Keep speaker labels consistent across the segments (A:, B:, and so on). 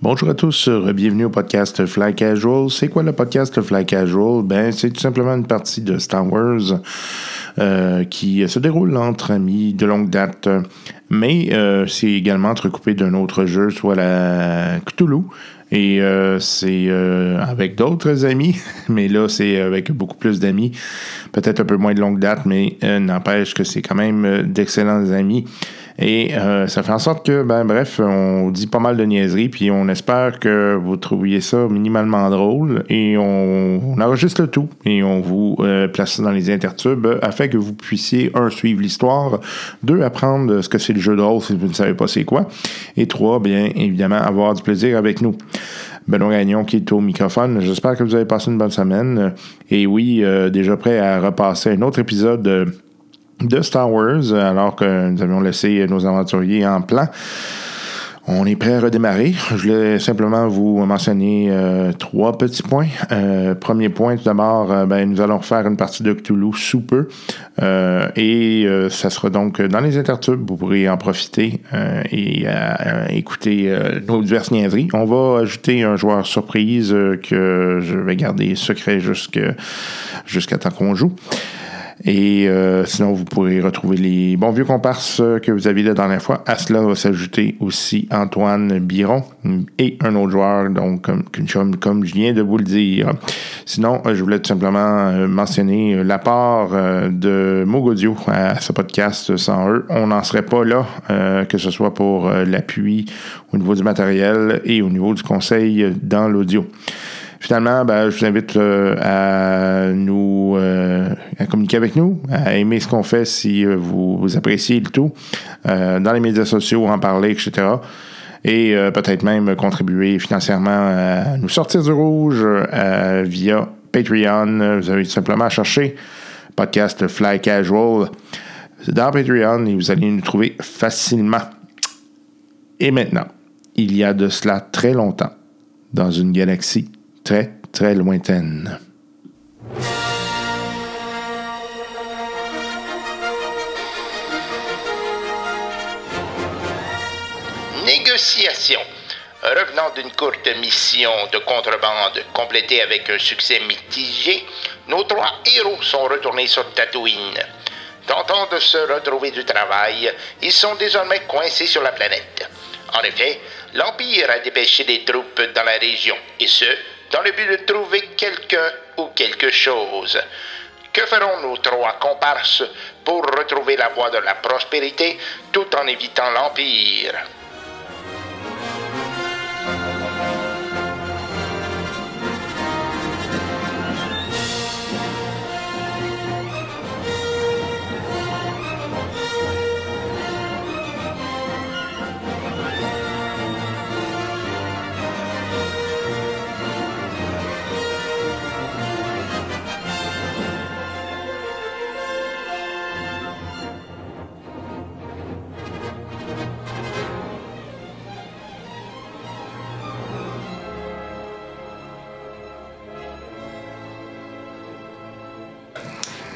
A: Bonjour à tous, bienvenue au podcast Fly Casual. C'est quoi le podcast Fly Casual? Ben, c'est tout simplement une partie de Star Wars euh, qui se déroule entre amis de longue date, mais euh, c'est également entrecoupé d'un autre jeu, soit la Cthulhu, et euh, c'est euh, avec d'autres amis, mais là, c'est avec beaucoup plus d'amis. Peut-être un peu moins de longue date, mais euh, n'empêche que c'est quand même euh, d'excellents amis. Et euh, ça fait en sorte que, ben bref, on dit pas mal de niaiseries, puis on espère que vous trouviez ça minimalement drôle. Et on, on enregistre le tout et on vous euh, place ça dans les intertubes afin que vous puissiez, un, suivre l'histoire, deux, apprendre ce que c'est le jeu de rôle si vous ne savez pas c'est quoi, et trois, bien évidemment, avoir du plaisir avec nous. Benoît Gagnon qui est au microphone. J'espère que vous avez passé une bonne semaine. Et oui, euh, déjà prêt à repasser un autre épisode euh, de Star Wars, euh, alors que nous avions laissé nos aventuriers en plan. On est prêt à redémarrer. Je voulais simplement vous mentionner euh, trois petits points. Euh, premier point, tout d'abord, euh, ben, nous allons refaire une partie de Cthulhu sous peu. Euh, et ça sera donc dans les intertubes. Vous pourrez en profiter euh, et euh, écouter nos diverses niaiseries. On va ajouter un joueur surprise euh, que je vais garder secret jusqu'à jusqu temps qu'on joue. Et euh, sinon, vous pourrez retrouver les bons vieux comparses euh, que vous aviez la dernière fois. À cela va s'ajouter aussi Antoine Biron mm, et un autre joueur, donc comme, comme je viens de vous le dire. Sinon, euh, je voulais tout simplement euh, mentionner l'apport euh, de Mogodio à ce podcast. Sans eux, on n'en serait pas là, euh, que ce soit pour l'appui au niveau du matériel et au niveau du conseil dans l'audio. Finalement, ben, je vous invite euh, à nous euh, à communiquer avec nous, à aimer ce qu'on fait si euh, vous, vous, appréciez le tout, euh, dans les médias sociaux, en parler, etc. Et euh, peut-être même contribuer financièrement à nous sortir du rouge euh, via Patreon. Vous avez simplement à chercher podcast Fly Casual dans Patreon et vous allez nous trouver facilement. Et maintenant, il y a de cela très longtemps, dans une galaxie très, très lointaine.
B: Négociation. Revenant d'une courte mission de contrebande complétée avec un succès mitigé, nos trois héros sont retournés sur Tatooine. Tentant de se retrouver du travail, ils sont désormais coincés sur la planète. En effet, l'Empire a dépêché des troupes dans la région, et ce, dans le but de trouver quelqu'un ou quelque chose. Que feront nos trois comparses pour retrouver la voie de la prospérité tout en évitant l'Empire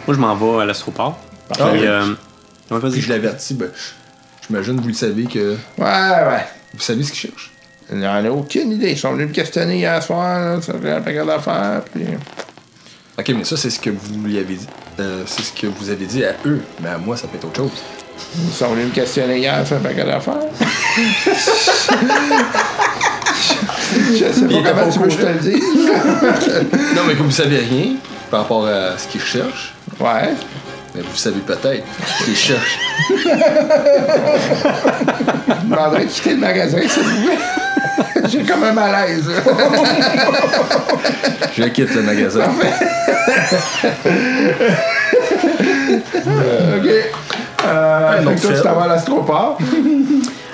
C: Moi, je m'en vais à l'astroport.
D: Ah, oui. euh... ouais, Puis je l'avertis, ben, j'imagine vous le savez que.
B: Ouais, ouais.
D: Vous savez ce qu'ils cherchent.
B: J'en ai aucune idée. Ils sont venus me questionner hier soir, là, ça fait un paquet d'affaires, puis.
D: Ok, mais ça, c'est ce que vous lui avez dit. Euh, c'est ce que vous avez dit à eux, mais à moi, ça peut être autre chose.
B: Ils sont venus me questionner hier, ça fait un paquet d'affaires. je sais pas comment tu veux que je te le dise.
D: non, mais que vous savez rien par rapport à ce qu'ils cherchent.
B: Ouais.
D: Mais vous savez peut-être qu'ils cherchent.
B: Je demanderais de quitter le magasin, s'il vous plaît. J'ai comme un malaise.
D: Je quitte le magasin.
B: Euh, ok. Euh, donc, toi, tu t'en vas à l'astroport.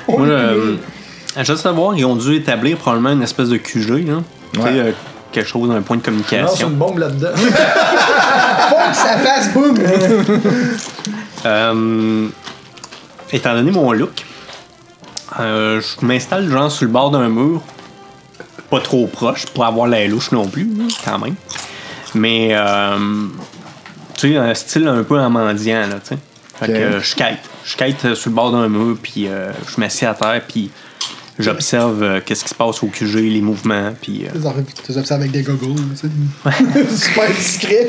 C: Moi, euh, je savoir, ils ont dû établir probablement une espèce de QG, là. Ouais. Tu sais, euh, quelque chose, un point de communication.
D: Lance une bombe là-dedans.
B: Faut que ça fasse boum!
C: euh, étant donné mon look, euh, je m'installe genre sur le bord d'un mur, pas trop proche pour avoir la louche non plus, hein, quand même. Mais, euh, tu sais, un style un peu amandien, là, tu euh, sais. Fait okay. que je kite. Je kite sur le bord d'un mur, puis je m'assieds à terre, puis J'observe euh, qu'est-ce qui se passe au QG, les mouvements, puis. euh,
E: Tu les observes avec des goggles, tu sais. Super discret.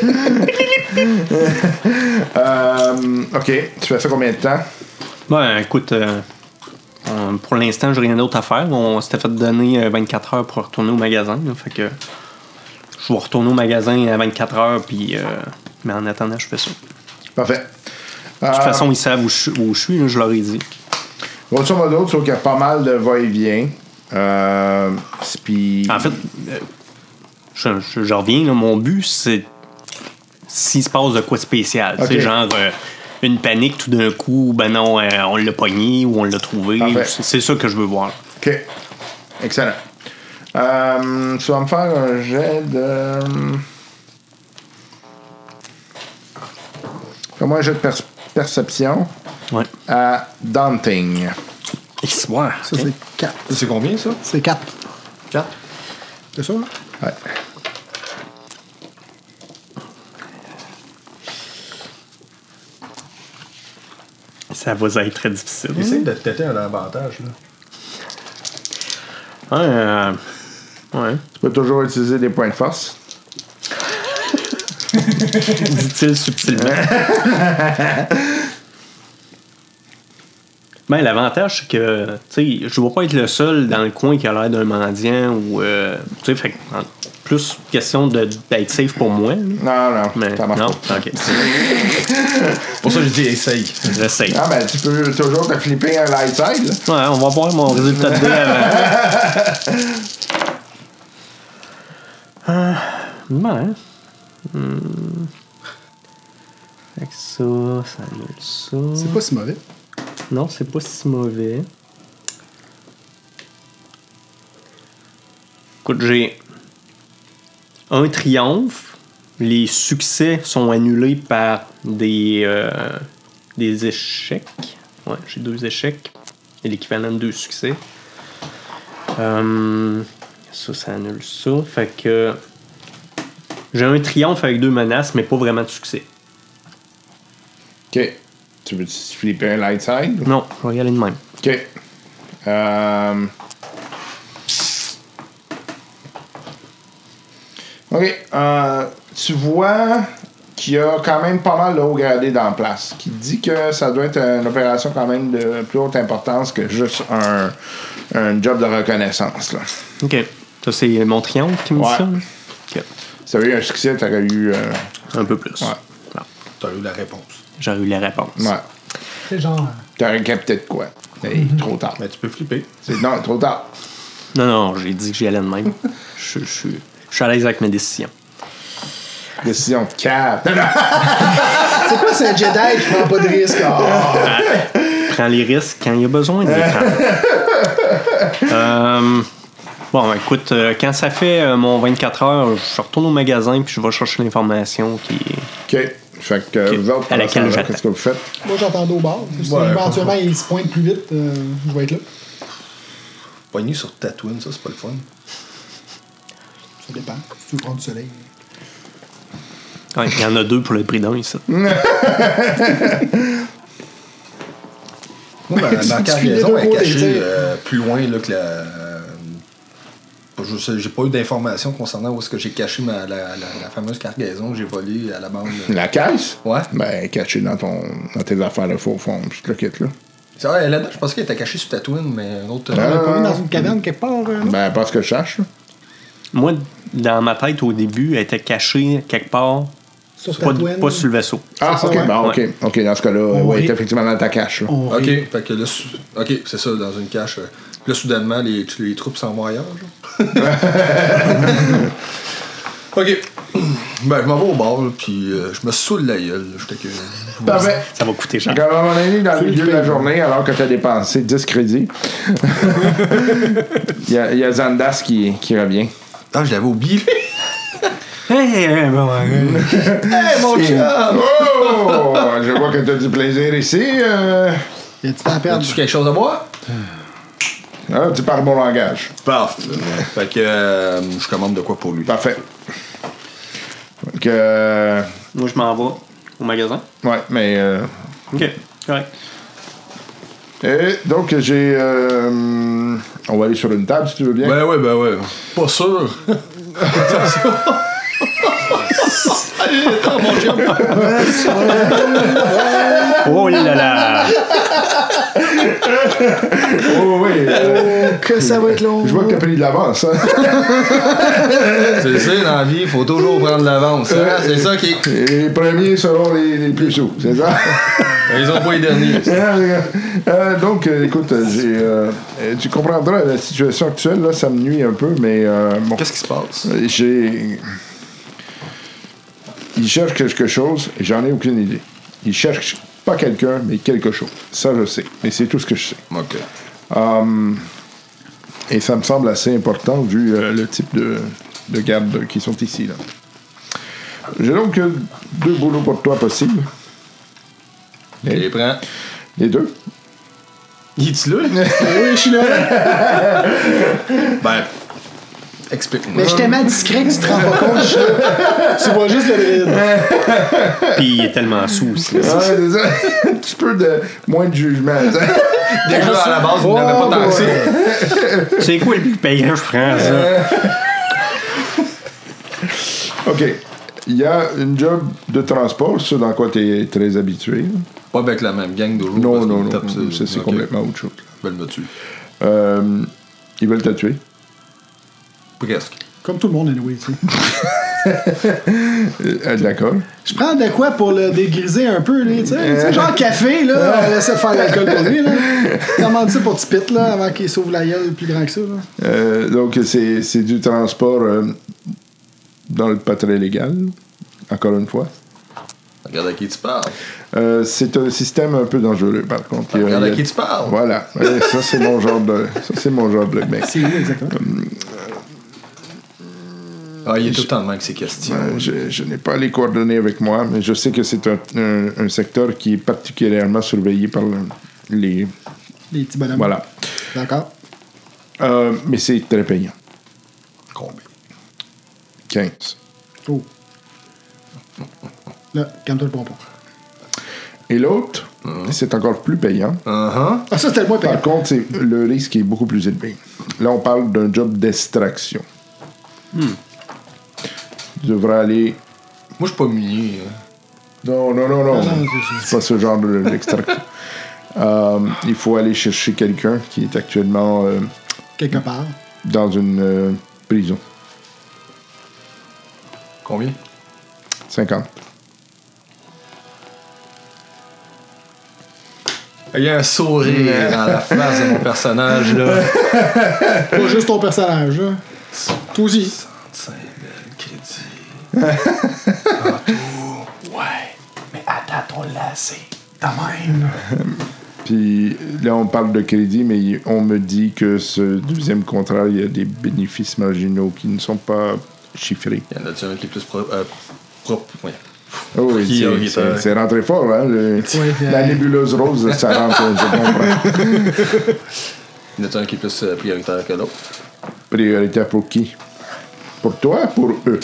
A: Euh, ok, tu as fait combien de temps?
C: Ben, écoute, euh, on- pour l'instant, j'ai rien d'autre à faire. On s'était fait donner euh, 24 heures pour retourner au magasin. là. fait que je vais retourner au magasin à 24 heures, puis. euh, mais en attendant, je fais ça. De
A: Parfait. Euh,
C: toute façon, ils savent où je, où je suis, là, je leur ai dit.
A: grosso modo, tu vois qu'il y a pas mal de va-et-vient. Euh, puis-
C: En fait, euh, je, je- je reviens, là, mon but, c'est s'il se passe de quoi de spécial.
A: Ok.
C: C'est genre euh, une panique tout d'un coup, ben non, euh, on l'a pogné ou on l'a trouvé.
A: Parfait.
C: C'est c'est ça que je veux voir.
A: OK. Excellent. Euh, tu vas me faire un jet de. Fais-moi un jet de per- perception
C: Ouais.
A: à Daunting.
E: Ça,
C: hein?
E: c'est 4.
D: C'est combien ça
E: C'est 4.
D: 4
E: C'est ça, là?
A: Ouais.
C: Ça va être très difficile.
E: Mmh.
D: Essaye de têter un avantage là.
C: Ouais, euh, ouais.
A: Tu peux toujours utiliser des points de force.
C: dit-il subtilement. Ben, l'avantage, c'est que, tu sais, je ne vais pas être le seul dans le coin qui a l'air d'un mendiant ou, euh, tu sais, fait que, en- plus question de- d'être safe pour moi, là.
A: Non, non,
C: mais
A: ça marche
C: non,
A: pas.
C: ok,
D: Pour ça, j'ai dit essaye.
C: je sais.
A: Ah, ben, tu peux toujours te flipper un light side. là.
C: Ouais, on va voir mon résultat de hein. dé avant. Euh, ouais. Hmm. Fait que ça, ça annule ça.
E: C'est pas si mauvais.
C: Non, c'est pas si mauvais. Écoute, j'ai un triomphe. Les succès sont annulés par des, euh, des échecs. Ouais, j'ai deux échecs. Et l'équivalent de deux succès. Euh, ça, ça annule ça. Fait que j'ai un triomphe avec deux menaces, mais pas vraiment de succès.
A: OK. Tu veux te flipper un light side?
C: Non, je vais y aller de même.
A: OK. Euh... OK. euh, tu vois qu'il y a quand même pas mal de haut gradé dans la place, qui dit que ça doit être une opération quand même de plus haute importance que juste un, un job de reconnaissance. Là.
C: Ok. Ça, c'est mon triomphe qui me
A: Ouais.
C: dit ça. là? Ok.
A: Ça aurait eu un succès, t'aurais eu... euh,
C: Un peu plus.
A: Ouais.
C: Bon,
D: T'as eu la réponse.
C: J'ai eu la réponse.
A: ouais.
E: C'est genre. euh, Mhm.
A: T'aurais capté de quoi. Hey, trop tard.
D: Mais tu peux flipper.
A: C'est- Non, trop tard.
C: Non, non, j'ai dit que j'y allais de même. je, je, suis- je suis à l'aise avec mes décisions.
A: Décision de cave. Non, non.
E: C'est quoi, c'est un Jedi qui prend pas de risque? Ah.
C: Prends les risques quand il y a besoin de les prendre. Euh, bon, écoute, euh, quand ça fait euh, mon 24 heures, je retourne au magasin puis je vais chercher l'information qui
A: OK. Fait que
C: OK.
A: vous autres,
C: À
A: pendant
C: laquelle
A: ce temps-là,
C: j'attends.
A: qu'est-ce que vous faites?
E: Moi, j'attendais au bar. Si
D: Ouais.
E: éventuellement, il se pointe plus vite, euh, je vais être là.
D: Pogné sur Tatooine, ça c'est pas le fun.
E: Ça dépend. Si tu veux prendre du soleil.
C: Ouais, il y en a deux pour le prix d'un ici.
D: Moi, ben, ma, ma
E: tu
D: cargaison
E: files les
D: est
E: deux côtés,
D: cachée
E: t'sais.
D: euh, plus loin là, que la. euh, je sais- j'ai pas eu d'informations concernant où est-ce que j'ai caché ma, la, la- la fameuse cargaison que j'ai volée à la bande. euh.
A: La caisse?
D: Ouais.
A: Ben, caché dans, ton, dans tes affaires de faux fond, puis tout le kit, là.
D: C'est vrai, là-dedans, je pensais qu'elle était cachée sous Tatooine, mais un autre. euh,
E: On
A: Ah.
E: l'a pas mis dans une caverne quelque part. euh, non?
A: Ben, pas ce que je cherche. là.
C: Moi, dans ma tête, au début, elle était cachée quelque part,
E: Sur
C: pas,
E: Tatooine.
C: pas sur le vaisseau.
A: Ah,
E: ça,
A: ok,
E: ouais.
A: bon, ok.
C: Ouais.
A: Ok, dans ce cas-là, euh,
E: On
A: ouais,
E: rit.
A: t'es effectivement dans ta cache, là.
E: On
D: Ok,
E: rit.
D: fait que là, sou- ok, c'est ça, dans une cache. euh, Là, soudainement, les, les troupes s'en vont ailleurs. genre. ok. Ben, je m'en vais au bar, là, puis euh, je me saoule la gueule. là, J'étais que.
A: Parfait.
C: Ça va coûter cher.
A: Donc, à un moment donné, dans le milieu de la journée, alors que t'as dépensé 10 crédits, il y, a- il y a Zandas qui, qui revient.
D: Ah, je l'avais oublié.
C: Hey, euh, bon, euh,
D: hey, mon chat!
A: Oh! Je vois que t'as du plaisir ici. euh.
E: Y a du temps à perdre.
D: As-tu quelque chose à boire?
A: Ah, tu parles bon langage.
D: Paf! Fait que euh, je commande de quoi pour lui.
A: Parfait. Donc, euh,
C: moi, je m'en vais au magasin.
A: ouais, mais. euh,
C: Ok, correct.
A: Et donc, j'ai euh,
F: On va aller sur une table si tu veux bien.
D: Ben ouais, ben ouais. Pas sûr. Attention. Ah, mon chum.
C: Oh là là!
F: Oh, oui, euh,
D: Ben,
E: Que ça va être long.
F: je vois que t'as pris de l'avance. hein.
D: Tu sais, dans la vie, il faut toujours prendre l'avance. hein. C'est ça qui est.
F: Et les premiers seront les, les plus sous, c'est ça?
D: Ils ont pas les derniers.
F: Euh, euh, donc, euh, écoute, euh, j'ai, euh, euh, tu comprendras la situation actuelle, là, ça me nuit un peu, mais euh, bon,
D: Qu'est-ce qui se passe?
F: euh, j'ai. Ils cherchent quelque chose, et j'en ai aucune idée. Ils cherchent pas quelqu'un, mais quelque chose. Ça, je sais. Mais c'est tout ce que je sais.
D: Ok.
F: Et ça me semble assez important vu euh, le type de, de gardes qui sont ici. là. J'ai donc euh, deux boulots pour toi possibles.
D: Je les prends.
F: Les deux.
D: Il est là?
E: Oui, je suis là.
D: Ben, explique-moi.
E: Mais je suis tellement discret que tu te rends pas compte. je suis là. Tu vois juste le rire.
C: Puis il est tellement sous aussi.
F: Ah, c'est ça. Un petit peu de moins de jugement. ça.
D: Déjà, à la base, il n'avait pas tant que ça.
C: C'est quoi le plus payant, je prends
D: Euh,
C: ça?
F: OK. Il y a une job de transport, ce dans quoi tu es très habitué. là.
D: Pas avec la même gang de jours.
F: Non,
D: parce
F: non,
D: qu'ils tapent
F: non.
D: ça.
F: ça, C'est
D: Ok. Ben,
F: complètement autre chose.
D: Ils veulent me tuer.
F: Euh, ils veulent te tuer.
D: Presque.
E: Comme tout le monde, anyway. tu sais.
F: Euh, D'accord.
E: Je prends de quoi pour le dégriser un peu, là, tu sais. Tu sais, genre café, là, on laisse faire l'alcool pour lui, là. Commande ça pour Tipit, là, avant qu'il s'ouvre la gueule plus grand que ça, là.
F: Euh, donc, c'est c'est du transport euh, dans le pas très légal, encore une fois.
D: Regarde à qui tu parles.
F: Euh, c'est un système un peu dangereux, par contre. Il y a-
D: Regarde
F: il
D: à
F: y a-
D: qui tu parles.
F: Voilà. Ouais, ça, c'est mon genre de... Ça, c'est mon genre de mec.
E: C'est où exactement?
D: Ah, il est tout le temps de même que ces questions.
F: Euh, Je, je n'ai pas les coordonnées avec moi, mais je sais que c'est un, un- un secteur qui est particulièrement surveillé par le- les...
E: Les petits bonhommes.
F: Voilà.
E: D'accord.
F: Euh, mais c'est très payant.
D: Combien?
F: 15.
E: Oh. Là, calme-toi le pompon.
F: Et l'autre,
E: Hein?
F: c'est encore plus payant.
D: Uh-huh.
E: Ah, ça, c'était le moins payant.
F: Par contre, c'est- le risque est beaucoup plus élevé. Là, on parle d'un job d'extraction.
E: Hmm.
F: Tu devrais aller.
D: Moi, je suis pas hein. muni.
F: Non, non, non, non.
E: Non, non, c'est-
F: C'est pas ce genre de- d'extraction. Euh, il faut aller chercher quelqu'un qui est actuellement euh,
E: Quelque part.
F: dans une euh, prison.
D: Combien?
F: 50.
D: Il y a un sourire dans la face de mon personnage, là.
E: Pas juste ton personnage, hein. là. Toi aussi.
D: 35 000 crédits. En tout. Ouais. Mais attends, on l'a assez. Quand même.
F: Puis là, on parle de crédit, mais il- on me dit que ce deuxième contrat, il y a des bénéfices marginaux qui ne sont pas chiffrés.
D: Il y en a-tu un qui est plus propre? Euh, propre, oui.
F: Oh, oui,
D: Qui,
F: c'est-
D: euh, qui
F: c'est-
D: t'a-
F: c'est rentré fort, hein? le-
E: puis,
F: la
E: euh,
F: nébuleuse rose, ça rentre, je comprends.
D: Il y en a-tu un qui est plus euh, prioritaire que l'autre?
F: Prioritaire pour qui? Pour toi, pour eux?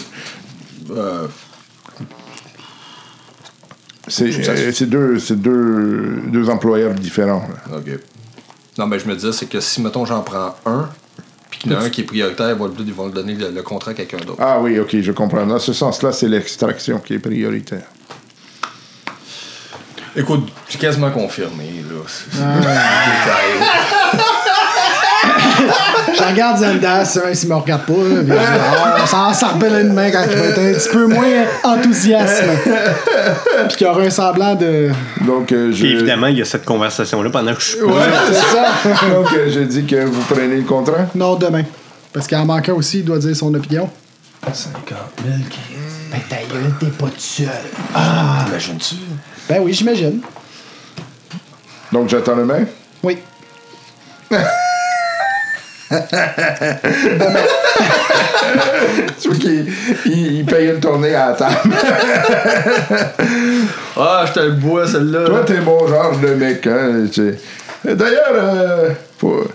D: Euh,
F: C'est euh, c'est deux, c'est deux, deux employeurs différents. là.
D: OK. Non, mais je me disais, c'est que si, mettons, j'en prends un, puis qu'il y en a un qui est prioritaire, ils vont le- ils vont le donner le, le contrat à quelqu'un d'autre.
F: Ah oui, ok, je comprends. Dans ce sens-là, c'est l'extraction qui est prioritaire.
D: Ah. Écoute, c'est quasiment confirmé, là. C'est- c'est-
E: J'en garde Zandas, hein, s'il me regarde pas, là, puis, euh, on s'en sarbelle une main quand il va être un petit peu moins enthousiaste. là. Puis qu'il y aura un semblant de.
F: Donc, euh, je.
C: Puis évidemment, il y a cette conversation-là pendant que je suis pas
F: Ouais,
C: là.
F: c'est ça. Donc, euh, je dis que vous prenez le contrat.
E: Non, demain. Parce qu'il en manque un aussi, il doit dire son opinion.
D: 50 000 crédits.
E: Ben ta gueule, t'es pas tout seul.
D: Imagines-tu?
E: Ah. Ben oui, j'imagine.
F: Donc, j'attends le mail.
E: Oui.
F: Tu vois qu'il il, il paye une tournée à la table.
D: Ah, je te le bois, celle-là. Hein?
F: Toi, t'es mon genre de mec. Hein, tu sais. D'ailleurs, euh, faut-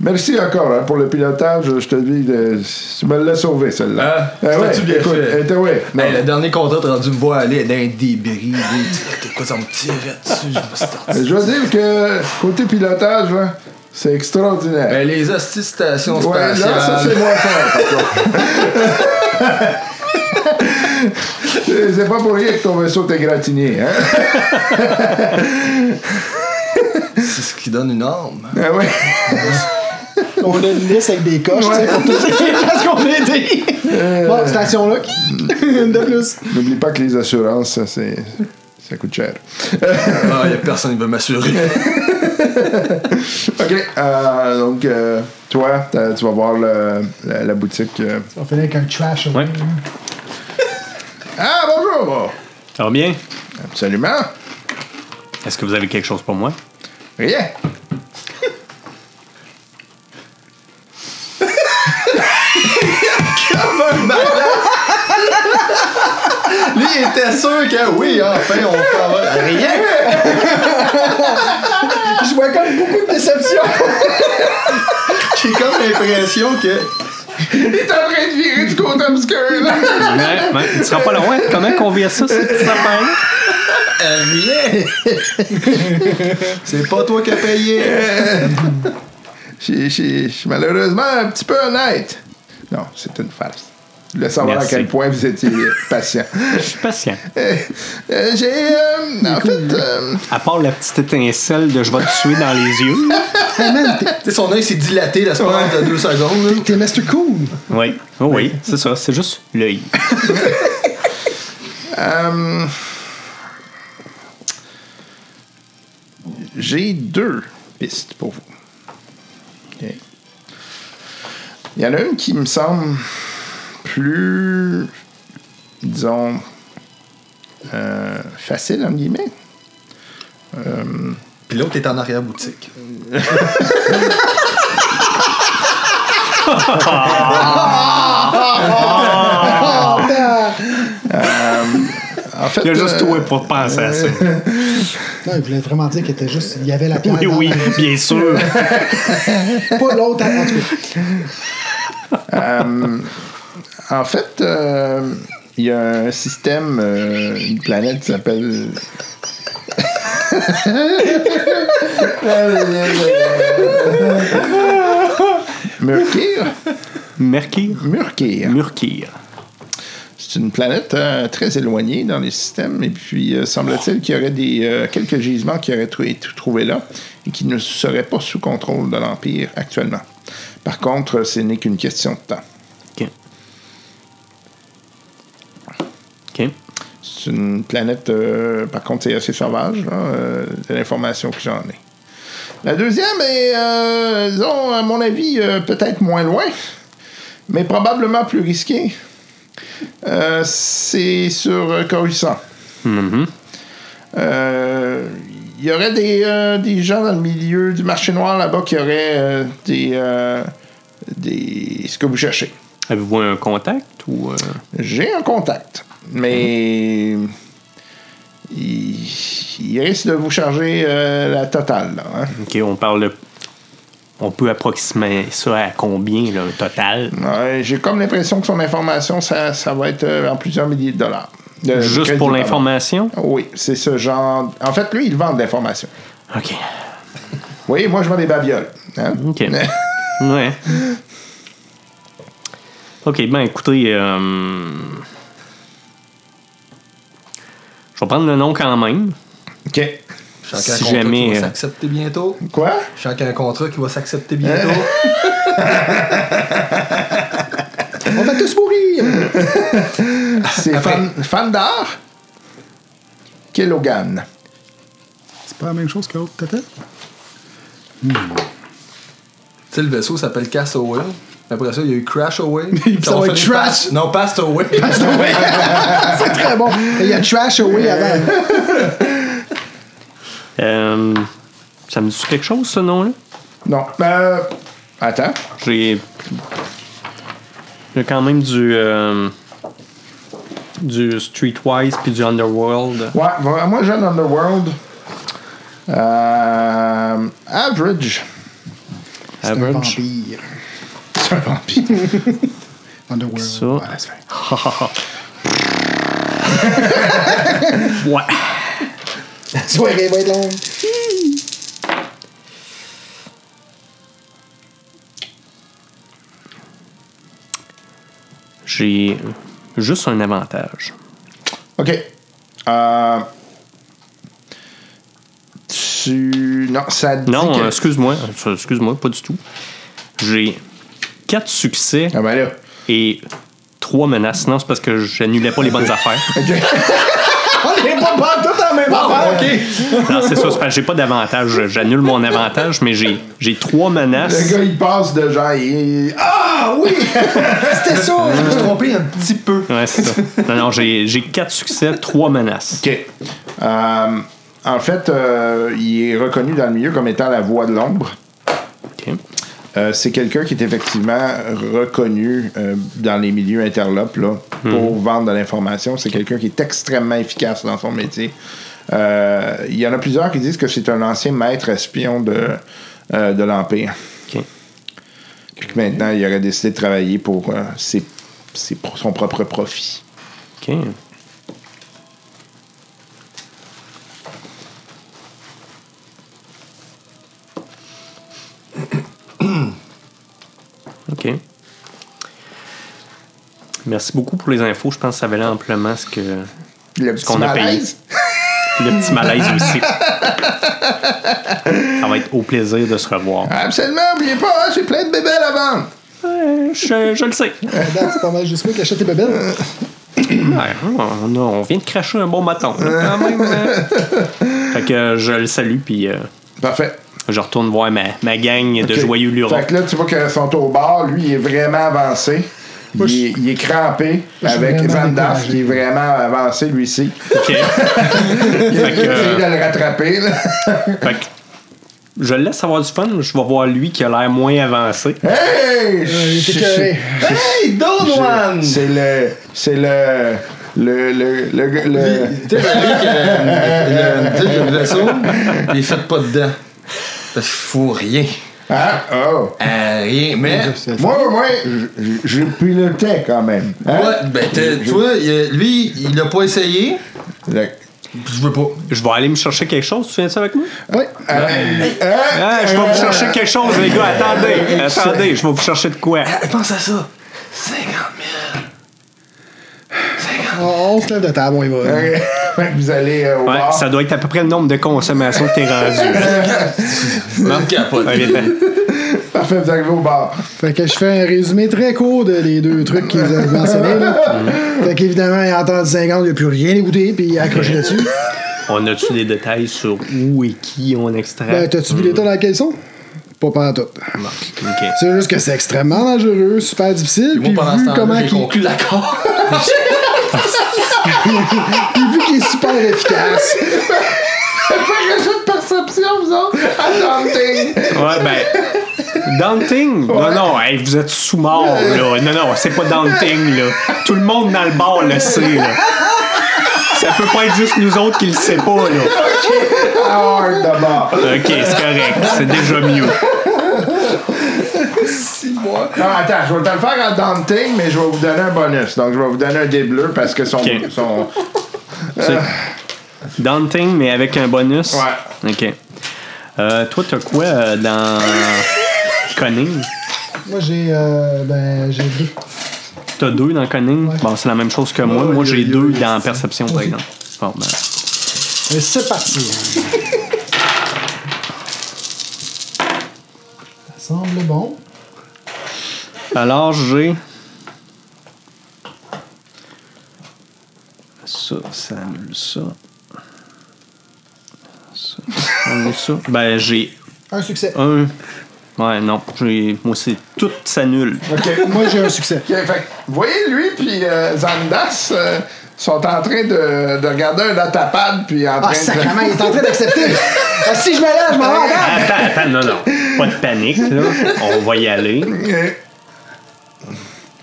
F: merci encore hein, pour le pilotage. Je te dis, de- tu me l'as sauvé, celle-là.
D: Ah, c'était-tu bien
F: écoute,
D: fait?
F: elle était- ouais, non.
D: Hey, le dernier contrat, t'as rendu me voir aller dans un débris. là. T'es quoi, ça me tirait dessus? Je me suis sorti.
F: Je veux dire que côté pilotage, là,
A: C'est extraordinaire.
D: Ben, les hosties stations
A: Ouais, là,
D: spatiales.
A: ça, c'est moins fort. C'est c'est pas pour rien que ton vaisseau t'est gratiné, hein?
D: c'est ce qui donne une arme.
A: Ah ouais.
E: On a une liste avec des coches, tu sais, pour toutes les places qu'on a été. Bon, station-là, une de plus.
A: N'oublie pas que les assurances, ça, c'est... Ça coûte cher.
D: Ah, y a personne qui veut m'assurer.
A: OK. euh, donc, euh, toi, t'as- tu vas voir le- la, la boutique. euh.
E: On finit avec un trash.
C: Ouais.
A: Ah, bonjour!
C: Ça va bien?
A: Absolument.
C: Est-ce que vous avez quelque chose pour moi?
A: Rien.
D: Lui, il était sûr que oui, enfin, on s'en va. Rien!
E: Je vois comme beaucoup de déception.
D: J'ai comme l'impression que.
A: T'es en train de virer du côté obscur, là.
C: Ouais, ouais, tu seras pas loin. Comment qu'on vire ça, cette petite affaire
D: Rien! C'est pas toi qui as payé!
A: Je je- je suis malheureusement un petit peu honnête. Non, c'est une farce. Je voulais savoir
C: Merci.
A: à quel point vous étiez patient.
C: Je suis patient.
A: Euh, euh, J'ai. euh, en fait, euh,
C: À part la petite étincelle de je vais te tuer dans les yeux.
D: Tu sais, son œil s'est dilaté l'espace de deux secondes. là.
E: T'es Mr. Cool.
C: Oui. Oh oui, c'est ça. C'est juste l'œil.
A: euh, J'ai deux pistes pour vous. OK. Il y en a une qui me semble plus. disons. euh, facile, entre guillemets.
D: Puis l'autre est en arrière-boutique.
E: Ah,
A: En fait,
C: Il y a juste
A: euh,
C: toi pour penser à ça.
D: Euh,
E: Non, il voulait vraiment dire qu'il était juste. Il y avait la pierre.
C: Oui,
E: dans
C: oui, bien sûr.
E: la- Pas l'autre, en tout cas.
A: En fait, euh, il y a un système, euh, une planète qui s'appelle. Mercure.
C: Mercure.
A: Mercure.
C: Mercure.
A: C'est une planète euh, très éloignée dans les systèmes, et puis euh, semble-t-il qu'il y aurait des, euh, quelques gisements qui auraient trou- été trouvés là et qui ne seraient pas sous contrôle de l'Empire actuellement. Par contre, ce n'est qu'une question de temps.
C: OK. OK.
A: C'est une planète, euh, par contre, c'est assez sauvage, là, euh, de l'information que j'en ai. La deuxième est, euh, disons, à mon avis, euh, peut-être moins loin, mais probablement plus risquée. Euh, c'est sur euh, Coruscant.
C: Mhm.
A: Euh, Il y aurait des, euh, des gens dans le milieu du marché noir là-bas qui auraient euh, des, euh, des. ce que vous cherchez.
C: Avez-vous un contact ou. euh,
A: J'ai un contact, mais il, il risque de vous charger euh, la totale. là, hein.
C: OK, on parle de. On peut approximer ça à combien, là, au total?
A: Ouais, J'ai comme l'impression que son information, ça, ça va être euh, en plusieurs milliers de dollars. De- de
C: Juste
A: Euh, crédit,
C: pour
A: pardon.
C: l'information?
A: Oui, c'est ce genre. En fait, lui, il vend de l'information.
C: OK.
A: Oui, moi, je vends des babioles. hein.
C: OK. ouais. OK, ben écoutez, euh, je vais prendre le nom quand même.
A: OK.
D: Chacun
C: Si
D: un contrat
C: jamais,
D: qui va
C: euh,
D: s'accepter bientôt.
A: Quoi?
D: Chacun un contrat qui va s'accepter bientôt.
E: On va tous mourir.
A: C'est fan, fan d'art? Kelogan.
E: C'est pas la même chose que l'autre, peut-être?
D: Tu sais, le vaisseau s'appelle Castaway. Après ça, il y a eu Crash Away.
E: Puis ça
D: On
E: va être
D: finit
E: Trash.
D: par- Non, Past Away.
E: C'est très Ah bon. Il y a Trash Away avant.
C: Euh, ça me dit quelque chose, ce nom-là?
A: Non. Euh, attends.
C: J'ai. J'ai quand même du. euh, du Streetwise puis du Underworld.
A: Ouais, va- moi, jeune Underworld. Euh, average.
C: Average.
E: Vampire.
A: C'est un vampire.
E: Underworld.
C: Ça.
E: Ouais, c'est vrai.
C: Ouais.
E: La soirée va être longue.
C: J'ai juste un avantage.
A: OK. Euh, tu... Non, ça dit
C: Non,
A: que-
C: euh, excuse-moi. euh, Excuse-moi, pas du tout. J'ai quatre succès
A: Ah ben là.
C: et trois menaces. Non, c'est parce que j'annulais pas les bonnes affaires.
E: On est pas pas tout en même affaire.
C: Non, c'est ça. c'est parce que j'ai pas d'avantage. J'annule mon avantage, mais j'ai, j'ai trois menaces.
A: Le gars, il passe de genre... il- Ah oui!
D: C'était ça!
E: Euh,
D: Je me suis trompé un petit peu.
C: Ouais, c'est ça. Non, non, j'ai, j'ai quatre succès, trois menaces.
A: OK. Euh, en fait, euh, il est reconnu dans le milieu comme étant la voix de l'ombre.
C: OK.
A: Euh, c'est quelqu'un qui est effectivement reconnu euh, dans les milieux interlopes là,
C: Mhm.
A: pour vendre de l'information. C'est quelqu'un qui est extrêmement efficace dans son métier. Euh, Il y en a plusieurs qui disent que c'est un ancien maître espion de, euh, de l'Empire.
C: OK.
A: Puis que maintenant, il aurait décidé de travailler pour, euh, ses- ses- pour son propre profit.
C: OK. OK. Merci beaucoup pour les infos. Je pense que ça valait amplement ce que
A: Le
C: qu'on
A: petit
C: a payé.
A: malaise.
C: le petit malaise aussi. Ça va être au plaisir de se revoir.
A: Absolument, n'oubliez pas, hein, j'ai plein de bébés à la vente.
C: Euh, Je, je le sais.
E: C'est pas mal juste moi qui achète tes bébelles.
C: Ouais, on, a- on vient de cracher un bon maton. là, quand même, hein. Fait que euh, je le salue, puis euh,
A: Parfait.
C: je retourne voir ma, ma gang de
A: Ok.
C: joyeux lurons.
A: Fait que là, tu vois que son tour bar, lui, il est vraiment avancé.
E: Moi,
A: il, est, il est crampé
E: Moi, je suis
A: avec
E: vraiment
A: Van Daff,
E: découragé.
A: qui est vraiment avancé, lui aussi.
C: Ok.
A: Il a
C: Fait que,
A: essayé
C: euh,
A: de le rattraper. là.
C: Fait que je le laisse avoir du fun. Je vais voir lui qui a l'air moins avancé.
A: Hey!
E: il était
A: Je-
E: carré.
D: Hey,
A: je-
D: Donovan!
A: C'est le. C'est le. Le. Le. Le. le- le-
D: Tu sais, le truc, euh, le- tu sais, le vaisseau, il est fait pas dedans. Parce qu'il faut rien.
A: Hein? Oh!
D: À rien. Mais,
A: Moi, moi, je- je- je pilotais quand même. Hein?
D: ouais, ben, t'as- tu vois, il a- lui, il l'a pas essayé.
A: Le-
D: Je veux pas.
C: Je vais aller me chercher quelque chose. Tu viens de ça avec moi?
E: Ouais.
A: Hein?
C: Ah, je
A: Euh,
C: vais vous chercher quelque chose, les gars. Attendez. Attendez, je vais vous chercher de quoi?
D: Ah, Pense à ça. 50 000.
E: On, on se lève de table, on y va.
A: Fait que Vous allez euh, au
C: Ouais,
A: bar.
C: ça doit être à peu près le nombre de consommations que t'es rendu.
D: Non, capote.
C: Honnêtement.
A: Parfait, vous arrivez au bar.
E: Fait que je fais un résumé très court de les deux trucs qu'ils avaient mentionnés. là. Fait qu'évidemment, il entend 50, il n'a plus rien écouté, puis il a accroché là-dessus.
C: On a-tu des détails sur où et qui on extrait?
E: Ben, t'as-tu vu l'état dans lequel ils sont? Pas pantoute.
C: Ok.
E: C'est juste que c'est extrêmement dangereux, super difficile.
D: Moi,
E: Puis
D: pendant ce
E: vu comment
D: temps-là, j'ai
E: qu'il-
D: conclu l'accord.
E: puis vu qu'il est super efficace.
A: Fait que jeu de perception, vous autres. Attendez.
C: Ouais, ben. Daunting? Non, non, hey, vous êtes sous-mort, là. Non, non, c'est pas Daunting, là. Tout le monde dans le bar le sait, là. Ça peut pas être juste nous autres qui le sait pas, là.
A: Hard de bar.
C: Ok, c'est correct. C'est déjà mieux.
A: Non, attends, je vais te le faire en daunting, mais je vais vous donner un bonus. Donc, je vais vous donner un dé bleu parce que son.
C: Ok.
A: son
C: C'est Daunting, mais avec un bonus.
A: Ouais.
C: Ok. Euh, toi, t'as quoi euh, dans. Conning?
E: Moi, j'ai. euh, ben, j'ai deux.
C: T'as deux dans Conning? Bon, c'est la même chose que moi. Moi, j'ai deux dans Perception, par exemple. Bon, ben.
E: Mais c'est parti. Ça semble bon.
C: Alors, j'ai. Ça, ça annule ça. Ça, ça annule ça. Ben, j'ai
E: Un succès.
D: Ah.
C: un. Ouais, non. j'ai- Moi, c'est tout s'annule.
A: OK.
E: Moi, j'ai un succès.
A: OK, fait que, vous voyez, lui puis euh, Zandas euh, sont en train de, de regarder un datapad puis en train
E: Ah, sacrément,
A: de.
E: il est en train d'accepter. Ah, si je me lève, je m'en vais. regarde.
C: Attends, attends, non, non. Pas de panique, là. On va y aller.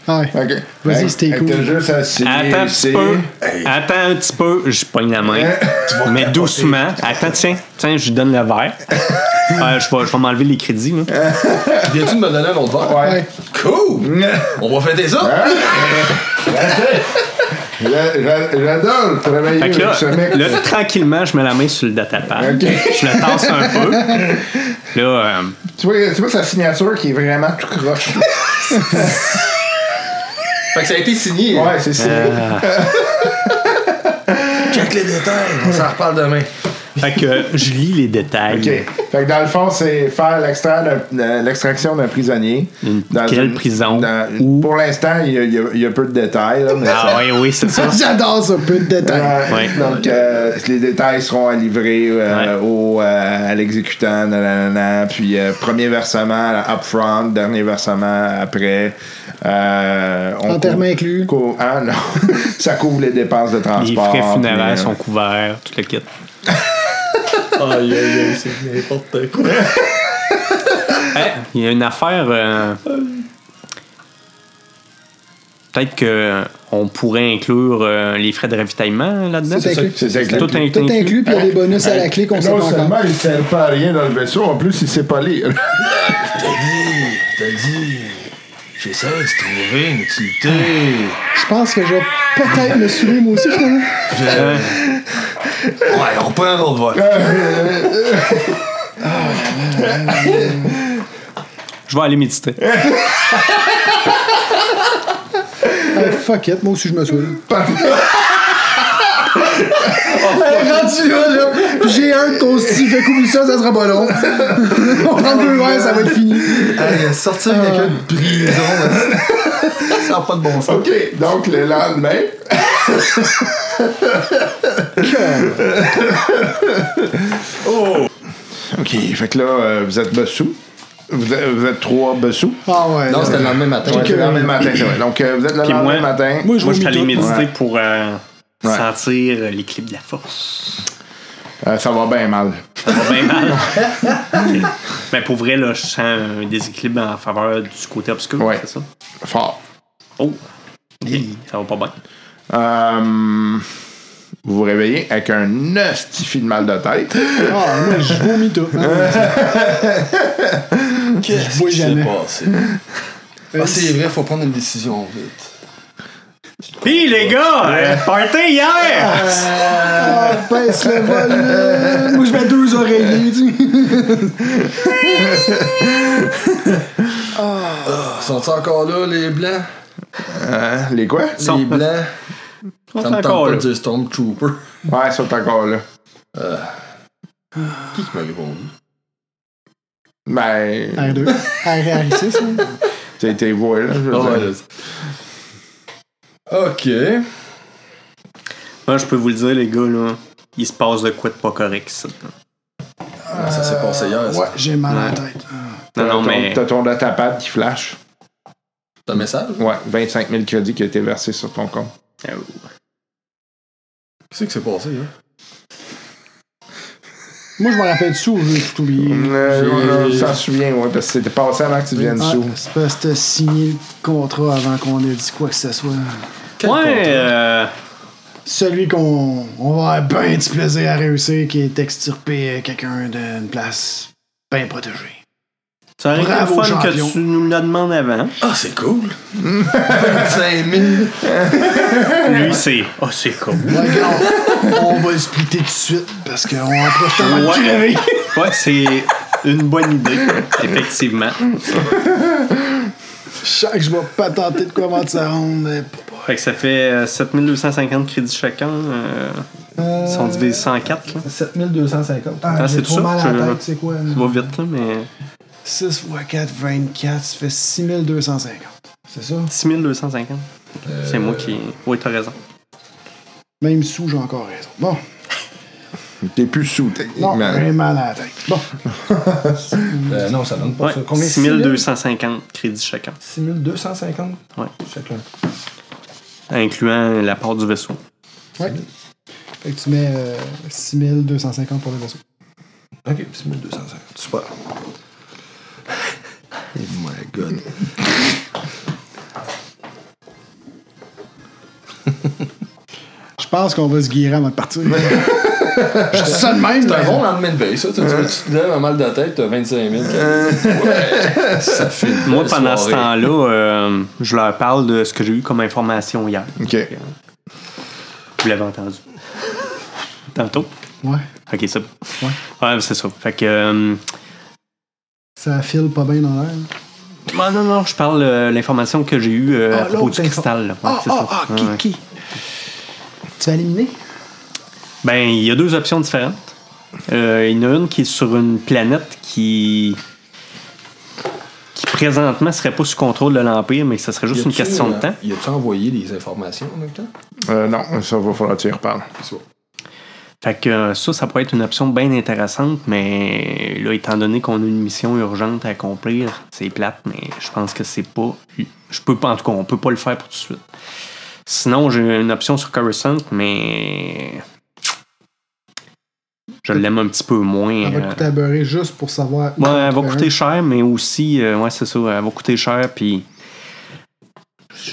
E: Ah, Ouais.
A: OK.
E: Vas-y,
A: Fait que-
E: c'était
A: fait que
E: cool.
A: t'as juste à signer
C: Attends un
A: ici.
C: petit peu. Attends un petit peu. Je pogne la main. Mais doucement. Attends, tiens. Tiens, je lui donne le verre. Euh, je vais, je vais m'enlever les crédits, là.
D: Viens-tu de me donner un autre verre?
A: Ouais.
D: Cool! On va fêter ça!
A: J'a- J'adore travailler
C: Fait
A: avec
C: que là,
A: ce mec.
C: là, tranquillement, je mets la main sur le datapad.
A: Ok.
C: Je le tasse un peu. Là, euh,
A: Tu vois, tu vois sa signature qui est vraiment tout croche.
D: Fait que ça a été signé.
A: Ouais, c'est ça.
C: Euh,
D: Check les détails. On s'en reparle demain.
C: Fait que euh, je lis les détails.
A: OK. Fait que dans le fond, c'est faire l'extrait d'un- euh, l'extraction d'un prisonnier.
C: Une- quelle prison?
A: dans-
C: Où?
A: Pour l'instant, il y, a- il y a- il y a peu de détails. là, mais
C: Ah oui, oui, c'est ça.
E: J'adore ça, peu de détails.
A: Euh,
C: Ouais.
A: Donc, euh, les détails seront à livrer euh,
C: Ouais.
A: au, euh, à l'exécutant, nanana, puis euh, premier versement là, upfront, dernier versement après. Euh, on
E: Enterrement
A: cou-
E: inclus.
A: cou- ah non, ça couvre les dépenses de transport.
C: Les frais
A: puis, euh,
C: funéraires sont couverts, tout le kit.
D: Aïe, aïe, aïe, c'est n'importe quoi.
C: Hey, Il y a une affaire. euh, Peut-être que on pourrait inclure euh, les frais de ravitaillement là-dedans.
E: C'est inclus.
A: C'est ça que-
C: Tout inclus.
E: Tout inclus, puis il y a des bonus à la clé qu'on sait pas
A: Non
E: encore.
A: seulement il sert pas à rien dans le vaisseau, en plus il sait pas lire.
D: T'as dit, j'essaie de trouver une utilité.
E: Je pense que je vais peut-être me saouler moi aussi, finalement.
D: Ouais, on prend un autre vol.
C: Je vais aller méditer.
E: Ah, fuck it, moi aussi je me saoule. Eh,
D: Rendu là, là.
E: Puis j'ai un de consti, fait qu'oublie ça, ça sera pas long. On prend deux verres, ça va être fini.
D: Hey, sortir quelqu'un de prison, là. ça n'a pas de bon sens.
A: OK, donc le lendemain, Oh! OK, fait que là, euh, vous êtes bessous. Vous êtes, vous êtes trois bessous.
E: Ah ouais.
D: Non,
E: là,
D: c'était le lendemain matin.
A: Ouais, c'est le lendemain matin, c'est vrai. Donc, euh, vous êtes le
C: Puis
A: lendemain
C: moi,
A: matin.
C: moi, je
E: Moi, je
C: suis allé
E: vomis
C: méditer
E: tout.
C: pour euh,
A: Ouais.
C: sentir euh, les clips de la force.
A: Euh, ça va bien mal.
C: Ça va bien mal. Mais pour vrai, là, je sens un déséquilibre en faveur du côté obscur,
A: Ouais.
C: c'est ça?
A: Fort.
C: Oh! Hey, Ça va pas bien.
A: Euh, vous vous réveillez avec un ostifi de mal de tête.
E: Ah, moi je vomis tout. Ah, Je vois jamais.
D: passé? Ah, c'est vrai, faut prendre une décision vite.
C: Pis les gars! euh, party hier!
E: Ah, baisse le volume. Moi je mets deux oreillers, tu sais.
D: sont ils encore là, les blancs?
A: Hein, Les quoi?
C: sont-
D: Les blancs?
C: Ils
D: Ça
C: sont
D: me tente
C: encore
D: pas
C: là.
D: de dire Stormtrooper.
A: Ouais, ils sont encore là.
D: Qui qui m'a répondu?
A: Ben,
E: R2. R 6
A: t'as été voué, là. je veux
D: Ah,
A: dire.
D: ouais, là, c'est- Ok.
C: Moi, je peux vous le dire, les gars, là, il se passe de quoi de pas correct, ça.
D: Ah, Ça s'est passé hier.
E: Ouais,
D: ça.
E: j'ai mal à la tête.
C: Non,
A: T'as
C: non,
A: ton-
C: mais.
A: T'as ton data pad qui flash.
D: T'as un message?
A: Ouais, 25 000 crédits qui a été versé sur ton compte.
C: euh,
D: Qu'est-ce qui s'est passé, hein? là?
E: Moi je me rappelle sous, j'ai tout oublié.
A: Euh, Ça se souvient, ouais, parce que c'était passé avant que tu viennes
E: Ah,
A: sous.
E: c'est parce que t'as signé le contrat avant qu'on ait dit quoi que ce soit.
C: Ouais, euh,
E: Celui qu'on on va avoir bien du plaisir à réussir, qui est extirpé à quelqu'un d'une place bien protégée.
C: ça aurait été le
E: Bravo,
C: fun
E: champion.
C: que tu nous la demandes avant.
D: Ah, c'est cool! 25 000!
C: Lui, c'est. Oh, c'est cool.
E: Regarde, on va le splitter tout de suite parce qu'on en profite avant de
C: Ouais,
E: crever.
C: ouais c'est une bonne idée, effectivement.
E: Chaque, je vais pas tenter de comment ça rendre. mais pas-
C: Fait que ça fait euh, 7250 crédits chacun. euh, Ils sont divisés 104, là.
D: 7250.
E: Ah,
C: c'est
E: j'ai
C: ça,
E: trop mal à
C: je-
E: la tête, c'est quoi?
C: Ça va vite, là, mais.
E: 6 x 4, 24, ça fait 6250. C'est ça?
C: 6250.
E: Euh,
C: C'est moi qui. Oui, t'as raison.
E: Même sous, j'ai encore raison. Bon,
A: T'es plus sous,
E: non,
A: techniquement.
E: j'ai mal à la tête. Bon,
D: Euh, non, ça donne pas
C: Ouais,
D: ça.
C: 6250 crédits chacun,
D: 6250
C: Ouais.
D: chacun.
C: incluant la part du vaisseau.
E: ouais. Fait que tu mets euh, 6250 pour le vaisseau.
D: Ok, 6250. Super. Oh my god.
E: Je pense qu'on va se guérir avant de partir. Je dis ça de même,
D: C'est un
E: mais-
D: bon lendemain de veille, ça. Tu sais, tu te lèves un mal de tête, t'as 25 000. Ouais, ça fait. une
C: Moi,
D: belle
C: pendant ce
D: soirée.
C: temps-là, euh, je leur parle de ce que j'ai eu comme information hier.
A: OK.
C: Vous l'avez entendu. Tantôt.
E: Ouais,
C: Ok, c'est bon.
E: Ouais.
C: Ouais, c'est ça. Fait que. euh,
E: ça file pas bien dans l'air.
C: Ah, non, non, je parle de l'information que j'ai eue euh, à
E: Ah,
C: propos
E: l'autre
C: du cristal. là. Ouais,
E: Ah,
C: c'est
E: ah,
C: ça.
E: ah,
C: Ouais, ouais.
E: Kiki. Tu vas éliminer?
C: Ben, il y a deux options différentes. Euh, il y en a une qui est sur une planète qui. qui présentement serait pas sous contrôle de l'Empire, mais que ça serait juste une question
E: euh,
C: de temps.
D: Il a-tu envoyé des informations en même temps?
A: Euh, non, ça va falloir que tu y reparles.
D: C'est bon.
C: Fait que euh, ça, ça pourrait être une option bien intéressante, mais là, étant donné qu'on a une mission urgente à accomplir, c'est plate, mais je pense que c'est pas. Je peux pas, en tout cas, on peut pas le faire pour tout de suite. Sinon, j'ai une option sur Coruscant, mais. Je l'aime un petit peu moins.
E: Elle va
C: euh,
E: te coûter à beurrer juste pour savoir.
C: Ouais, elle va
E: Euh,
C: coûter cher, mais aussi, euh, ouais, c'est ça, elle va coûter cher, puis je,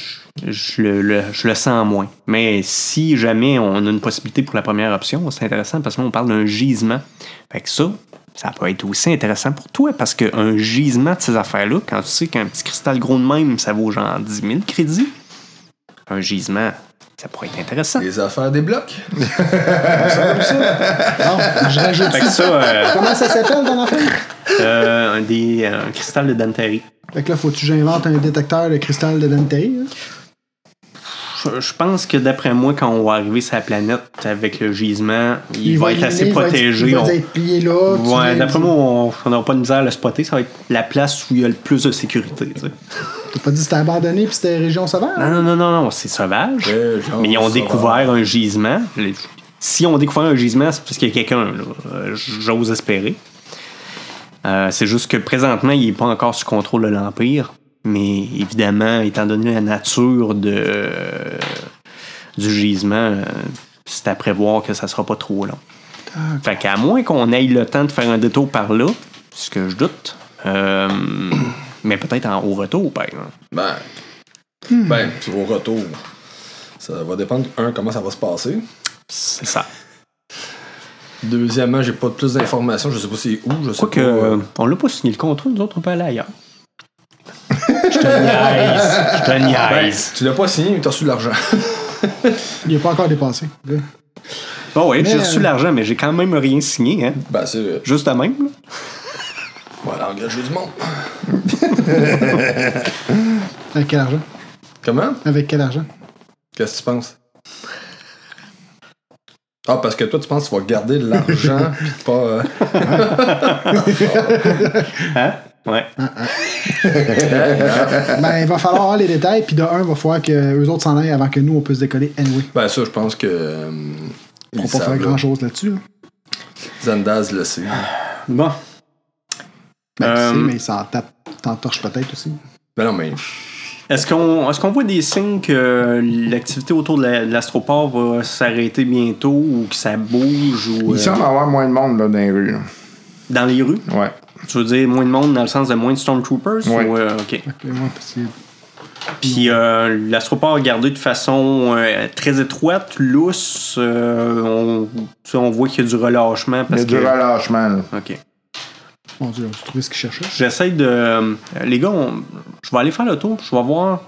C: je le, le- je le sens moins. Mais si jamais on a une possibilité pour la première option, c'est intéressant parce que là, on parle d'un gisement. Fait que ça, ça peut être aussi intéressant pour toi parce qu'un gisement de ces affaires-là, quand tu sais qu'un petit cristal gros de même, ça vaut genre 10 000 crédits, un gisement, ça pourrait être intéressant.
D: Les affaires des blocs.
E: Non, je rajoute
C: Fait que
E: ça.
C: ça, euh,
E: Comment ça s'appelle ton affaire?
C: euh, un des, un cristal de Dantari.
E: Fait que là, faut-tu que j'invente un détecteur de cristal de Danteri? hein?
C: Je, je pense que d'après moi, quand on va arriver sur la planète avec le gisement, il, va, être
E: illuminer,
C: assez
E: il va être-
C: protégé.
E: Il va
C: On-
E: être plié là. tu viens-
C: Ouais, d'après moi, on on n'aura pas de misère à le spotter. Ça va être la place où il y a le plus de sécurité. tu sais.
E: T'as pas dit que c'était abandonné puis c'était région
C: Non,
E: sauvage?
C: non, non, non, non, c'est sauvage.
D: Ouais, genre,
C: mais ils ont
D: sauvage.
C: découvert un gisement. Les- Si on découvre un gisement, c'est parce qu'il y a quelqu'un. là. Euh, J'ose espérer. Euh, c'est juste que présentement, il n'est pas encore sous contrôle de l'Empire. Mais évidemment, étant donné la nature de, euh, du gisement, euh, c'est à prévoir que ça sera pas trop long. Fait qu'à moins qu'on aille le temps de faire un détour par là, ce que je doute, euh, mais peut-être en- au retour, par exemple.
D: Ben, ben, puis au retour, ça va dépendre, un, comment ça va se passer.
C: C'est ça.
D: Deuxièmement, j'ai pas plus d'informations, je sais pas c'est où, je sais
C: Quoique,
D: pas.
C: euh, on l'a pas signé le contrat, nous autres, on peut aller ailleurs. Je te niaise. Je te
D: Ben,
C: niaise.
D: tu l'as pas signé, mais t'as reçu de l'argent.
E: Il n'est pas encore dépassé. là.
C: Ben, Bon, ouais, j'ai
E: Mais,
C: reçu
E: euh,
C: l'argent, mais j'ai quand même rien signé, hein.
D: ben, c'est. euh,
C: Juste de même, là.
D: Voilà, engager du monde.
E: Avec quel argent?
D: Comment
E: Avec quel argent?
D: Qu'est-ce que tu penses Ah, parce que toi, tu penses que tu vas garder de l'argent, puis pas. euh,
C: Ouais.
E: Ben, il va falloir avoir les détails, puis de un, il va falloir que eux autres s'en aillent avant que nous, on puisse décoller anyway.
D: Ben, ça, je pense que. euh,
E: On
D: ils
E: va pas faire
D: savent, là.
E: grand-chose là-dessus. là.
D: Zandaz le sait.
C: Bon.
E: Ben, tu
C: Euh,
E: sais, mais ça en tape, t'en torches peut-être aussi.
D: Ben non, mais.
C: Est-ce qu'on est qu'on voit des signes que l'activité autour de la- de l'astroport va s'arrêter bientôt ou que ça bouge ou
A: Il
C: euh,
A: semble avoir moins de monde là, dans les rues. là.
C: dans les rues?
A: Ouais.
C: Tu veux dire moins de monde dans le sens de moins de Stormtroopers?
A: Ouais.
C: Ou, euh, OK.
E: Fait que, ouais, parce que-
C: Puis euh, l'astroport est gardé de façon euh, très étroite, lousse. euh, on, tu sais, on voit qu'il y a du relâchement.
A: Il y
C: Parce
A: a du
C: que-
A: relâchement. là.
C: OK.
E: Mon Dieu, on se trouvé ce qu'il cherchait.
C: J'essaie de. euh, les gars, on- je vais aller faire le tour. puis Je vais voir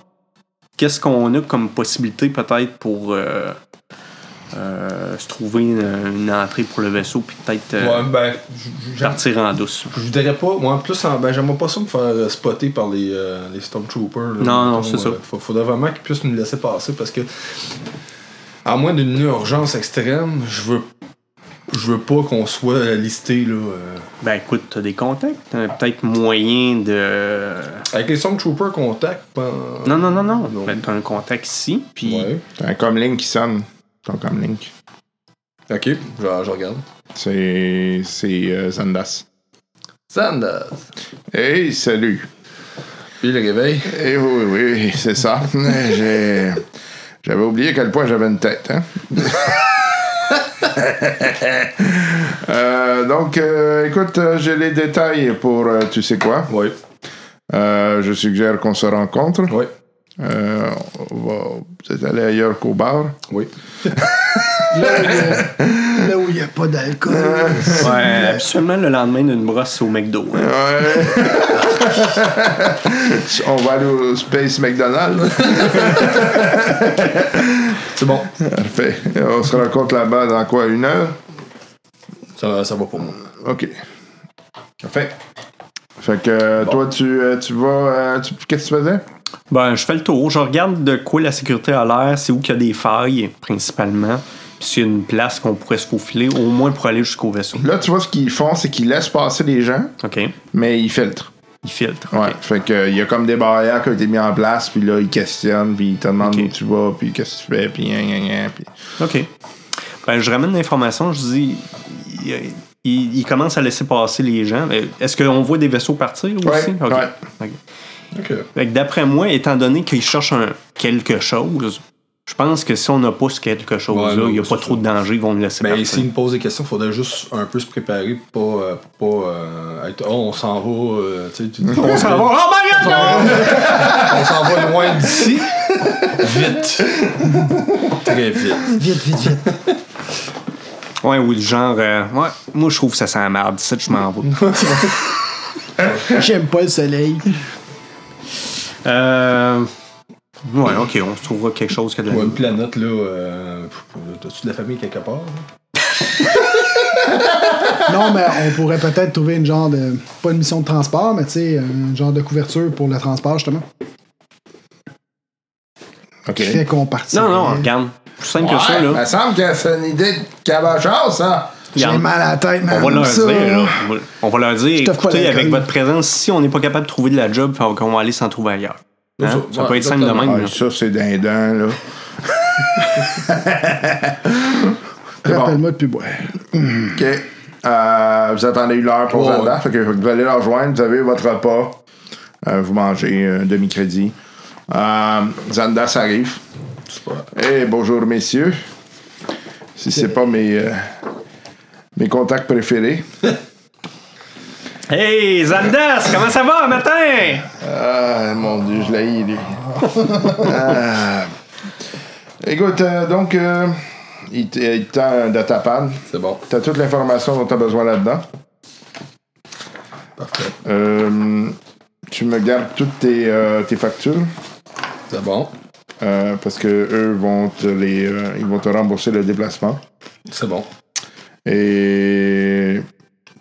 C: qu'est-ce qu'on a comme possibilité peut-être pour euh, euh, se trouver une, une entrée pour le vaisseau. Puis peut-être euh,
D: Ouais, ben, j- j-
C: partir en douce.
D: Je voudrais pas. Moi, en plus, en- ben, j'aimerais pas ça me faire euh, spotter par les, euh, les Stormtroopers. là.
C: Non, non, c'est
D: Mettons, euh,
C: ça.
D: faut- faudrait vraiment qu'ils puissent nous laisser passer parce que, à moins d'une urgence extrême, je veux. Je veux pas qu'on soit listé, là. euh.
C: Ben écoute, t'as des contacts. euh, Peut-être moyen de.
D: Avec les Stormtroopers contact, ben,
C: Non, non, non, non.
D: Non.
C: Ben, t'as un contact ici. Puis.
D: Ouais.
A: T'as un comlink qui sonne. Ton comlink.
D: Ok, je, je regarde.
A: C'est. C'est euh, Zandas.
D: Sanders.
A: Hey, salut.
D: Puis le réveil.
A: Eh oui, oui, c'est ça. J'ai- J'avais oublié à quel point j'avais une tête. hein. Euh, donc, euh, écoute, euh, j'ai les détails pour euh, tu sais quoi.
D: Oui.
A: Euh, je suggère qu'on se rencontre.
D: Oui.
A: Euh, on va peut-être aller ailleurs qu'au bar.
D: Oui.
E: Là où il y a- là où il n'y a, pas d'alcool.
C: Ouais, absolument le lendemain d'une brosse au McDo. hein.
A: Ouais. on va aller au Space McDonald's.
D: C'est bon.
A: Parfait. On se rencontre là-bas dans quoi, une heure?
D: Ça, ça va pour moi.
A: OK. Parfait. Fait que euh, toi, tu, euh, tu vas. euh, tu- Qu'est-ce que tu faisais?
C: Ben, je fais le tour. Je regarde de quoi la sécurité a l'air, c'est où qu'il y a des failles, principalement. Puis s'il y a une place qu'on pourrait se faufiler, au moins pour aller jusqu'au vaisseau.
A: Là, tu vois, ce qu'ils font, c'est qu'ils laissent passer les gens,
C: OK.
A: mais ils filtrent.
C: Il filtre.
A: Mm-hmm. Ouais.
C: OK.
A: Fait que euh, il y a comme des barrières qui ont été mises en place, puis là, ils questionnent, puis ils te demandent
C: Ok.
A: où tu vas, puis qu'est-ce que tu fais, puis gna, gna, gna, puis-
C: OK. Ben, je ramène l'information. Je dis, il, il- il commence à laisser passer les gens. Euh, Est-ce qu'on voit des vaisseaux partir
A: Ouais,
C: aussi? OK.
A: ouais.
C: OK.
D: Ok.
C: Fait que d'après moi, étant donné qu'ils cherchent un quelque chose, je pense que si on n'a pas ce quelque
D: Ouais,
C: chose-là,
D: non,
C: il n'y a
D: c'est
C: pas trop de danger, ils vont nous
A: Ben,
C: laisser
D: Mais
C: partir.
D: s'ils me posent des questions, il faudrait juste un peu se préparer pour pas, euh, pour pas euh, être. Oh, on s'en va. euh, tu sais, tu-
C: On s'en va. Oh my God, non!
D: on s'en va loin d'ici. Vite. Très vite.
E: Vite, vite, vite.
C: Ouais, ou le genre, euh, ouais, moi je trouve que ça sent la merde, c'est je m'en vais.
E: J'aime pas le soleil.
C: euh, ouais, ok, on se trouvera quelque chose que de la
D: Ouais, une planète, là. euh, pff, pff, T'as-tu de la famille quelque part? là?
E: Non, mais on pourrait peut-être trouver une genre de. Pas une mission de transport, mais tu sais, un genre de couverture pour le transport, justement.
A: Ok.
E: Qui fait qu'on partirait.
C: Non, non, regarde, plus simple que ça,
A: Il
C: là.
A: me semble que c'est une idée de cabochard, ça.
E: J'ai
C: Regarde,
E: mal à la tête, man.
C: on va leur
E: Ça,
C: dire, là,
E: hein.
C: on va- on va leur dire,
E: t'offre pas
C: écoutez,
E: l'alcool.
C: avec votre présence, si on n'est pas capable de trouver de la job, faut qu'on va aller s'en trouver ailleurs. Hein?
D: Ça,
C: Ça
D: ouais,
C: peut être simple de
D: exactement.
C: même.
A: Ah,
C: là.
A: ça, c'est dindant, là.
E: Rappelle-moi de plus boire.
A: OK. Euh, vous attendez une heure pour
D: Ouais,
A: Zelda. Fait que vous allez la rejoindre, vous avez votre repas. Euh, vous mangez euh, demi-crédit. Euh, Zandas arrive.
D: Super.
A: Eh, bonjour, messieurs. Si c'est pas mes, euh, mes contacts préférés.
C: Hey, Zandas, comment ça va, matin?
A: Ah, mon Dieu, je l'ai lui. Ah. Écoute, euh, donc, euh, il t- il te tend un datapad.
D: C'est bon.
A: T'as toute l'information dont t'as besoin là-dedans.
D: Parfait.
A: Euh, tu me gardes toutes tes, euh, tes factures
D: C'est bon.
A: euh, parce que eux vont te les euh, ils vont te rembourser le déplacement
D: C'est bon.
A: et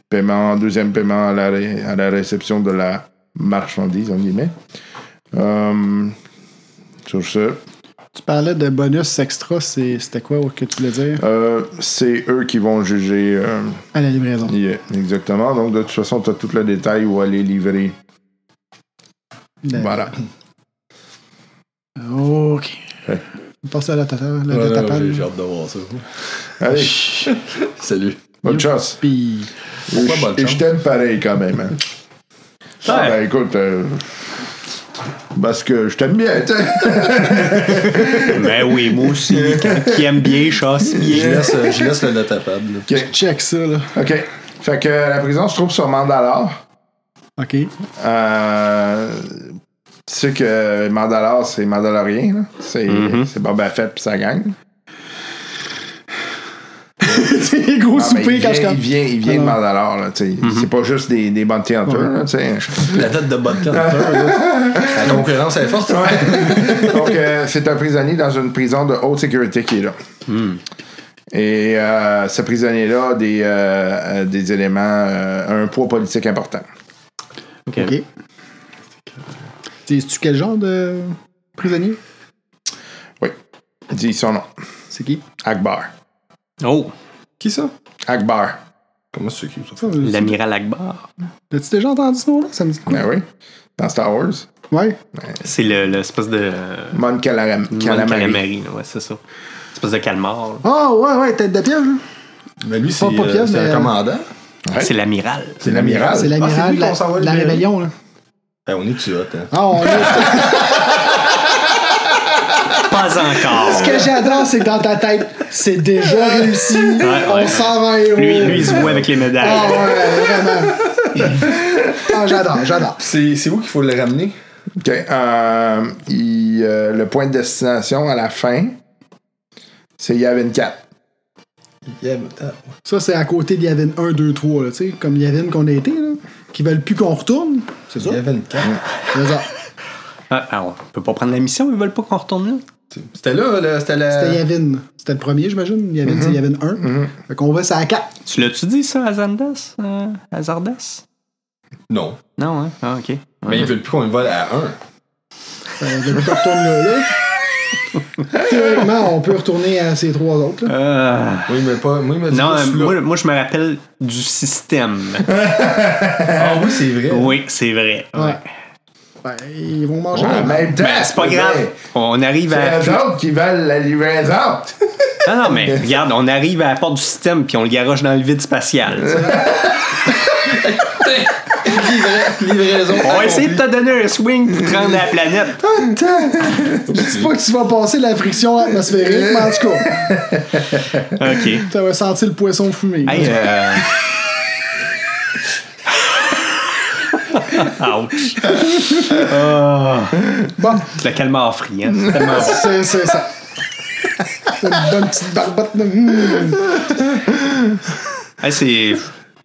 A: paiement deuxième paiement à la, ré- à la réception de la marchandise en guillemets. Euh, sur ce,
E: Tu parlais de bonus extra, c'est- c'était quoi que tu voulais dire?
A: euh, c'est eux qui vont juger euh,
E: À la livraison.
A: yeah, exactement. Donc de toute façon, tu as tout le détail où aller livrer.
E: La-
A: Voilà.
E: Ok.
A: Ouais.
E: Passe à la tata, la
D: Ouais,
E: tata
D: ouais,
E: panne.
D: Euh, J'ai j'ai hâte de voir ça.
A: Allez,
D: Salut.
A: bonne chance.
E: Puis,
A: Et
D: Pourquoi bonne
A: je- et je
D: chance?
A: t'aime pareil quand même. hein. Ah, ben écoute, euh, parce que je t'aime bien, tu sais.
C: Ben oui, moi aussi, quand- qui aime bien, chasse
D: Je
C: bien.
D: laisse, je laisse le datapad. là.
E: check ça, là.
A: OK. Fait que la prison se trouve sur Mandalore.
E: Ok.
A: Euh, tu sais que Mandalore, c'est Mandalorien, là. C'est c'est Boba Fett pis sa gang.
E: C'est des gros
A: Ah, ben,
E: soupers
A: il,
E: quand
A: vient,
E: je
A: il vient, il vient de Mandalore, là, tu sais. C'est pas juste des, des bounty hunters, là, tu sais.
D: La date de bonne temps. La concurrence est forte.
A: Donc, euh, c'est un prisonnier dans une prison de haute sécurité qui est là. Et euh, ce prisonnier-là a des, euh, euh, des éléments, euh, un poids politique important.
E: Ok. C'est-tu quel genre de prisonnier?
A: Oui. Dis son nom.
E: C'est qui?
A: Akbar.
C: Oh,
D: Qui ça?
A: Akbar.
D: Comment c'est qui ça?
E: Ça, c'est-
C: l'amiral Akbar.
E: L'as-tu déjà entendu ce nom-là? Ça me dit de quoi?
A: Ben oui. Dans Star Wars.
E: Ouais.
C: C'est le- l'espèce de. euh,
A: Mon Calam- Calamari.
C: calamari. là, ouais, c'est ça. Espèce de calmar. là.
E: Ah, ouais, ouais, tête de piège, là.
D: Mais lui, c'est
E: pas
D: euh,
E: Pierre,
D: c'est
E: mais-
D: un commandant.
A: Ouais.
C: C'est l'amiral.
A: C'est l'amiral.
E: C'est
D: Ah, c'est
E: l'amiral
D: lui
E: de la,
D: qu'on s'en va
E: de la
D: libérer.
E: rébellion, là.
D: Ben, on est tu hot, hein.
E: Ah, on est...
C: Pas encore.
E: Ce que j'adore, c'est que dans ta tête, c'est déjà réussi. on
C: ouais.
E: s'en va un héros.
C: Lui, lui, il se voit avec les médailles.
E: Ah, ouais, vraiment. Ah, j'adore, j'adore.
D: C'est c'est où qu'il faut le ramener?
A: OK. Euh, il, euh, le point de destination à la fin, c'est Yavin 4.
D: Yeah,
E: Ça, c'est à côté de Yavin 1, 2, 3, là, tu sais, comme Yavin qu'on a été, là, qui veulent plus qu'on retourne. C'est ça?
D: Il y avait une carte.
E: C'est ça.
C: Ah, ah, on peut pas prendre la mission, ils veulent pas qu'on retourne là.
D: C'était là, là, c'était la.
C: Euh.
E: C'était Yavin. C'était le premier, j'imagine. Yavin,
C: Mm-hmm.
E: c'est Yavin 1. Fait qu'on va, c'est à 4.
C: Tu l'as-tu dit ça à Zandas? euh, à Zardas?
D: Non.
C: Non, hein? Ah, ok. Ouais.
D: Mais ils veulent plus qu'on le vole à un.
E: Euh, depuis qu'on retourne là, là, Théoriquement, on peut retourner à ces trois autres. là.
C: Euh,
D: Oui, mais pas. Oui,
C: non,
D: mais dis-moi
C: euh,
D: celui-là.
C: moi, moi, je me rappelle du système.
D: Ah oui, c'est vrai.
C: oui, c'est vrai.
E: Ouais. Ben, ils vont manger.
A: En même temps,
C: Ben, c'est pas
A: c'est
C: grave.
A: vrai.
C: On arrive
A: C'est
C: à.
A: eux autres qui veulent la livraison.
C: Non, non, mais regarde, on arrive à la porte du système puis on le garoche dans le vide spatial. tu sais.
D: Livra- Livraison.
C: On va essayer de
D: accomplie.
C: te donner un swing pour te rendre à la planète.
E: Je dis pas que tu vas passer la friction atmosphérique, mais en tout cas,
C: OK.
E: tu vas sentir le poisson fumé.
C: Hey, euh... Ouch. Ah.
E: Bon,
C: Le calmar frit, hein? C'est tellement bon.
E: c'est c'est ça. Une bonne petite barbotte. de- Hmm.
C: Hey, c'est...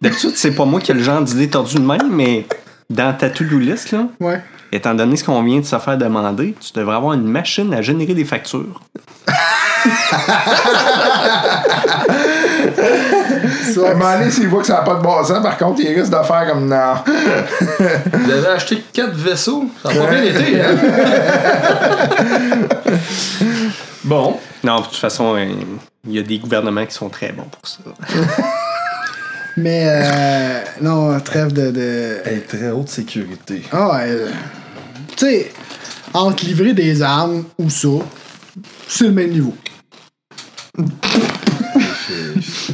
C: D'habitude, c'est pas moi qui ai le genre d'idée tordue de même, mais dans ta to-do list, là,
E: Ouais.
C: étant donné ce qu'on vient de se faire demander, tu devrais avoir une machine à générer des factures.
A: À un moment donné, s'ils voient que ça n'a pas de bon sens, par contre, ils risquent de faire comme non.
D: Vous avez acheté 4 vaisseaux. Ça a pas bien été, hein? bon.
C: Non, de toute façon, euh, il y a des gouvernements qui sont très bons pour ça.
E: Mais euh, non, trêve de. de...
D: Elle est très haute sécurité.
E: Ah ouais. euh, Tu sais, entre livrer des armes ou ça, c'est le même niveau.
A: Je suis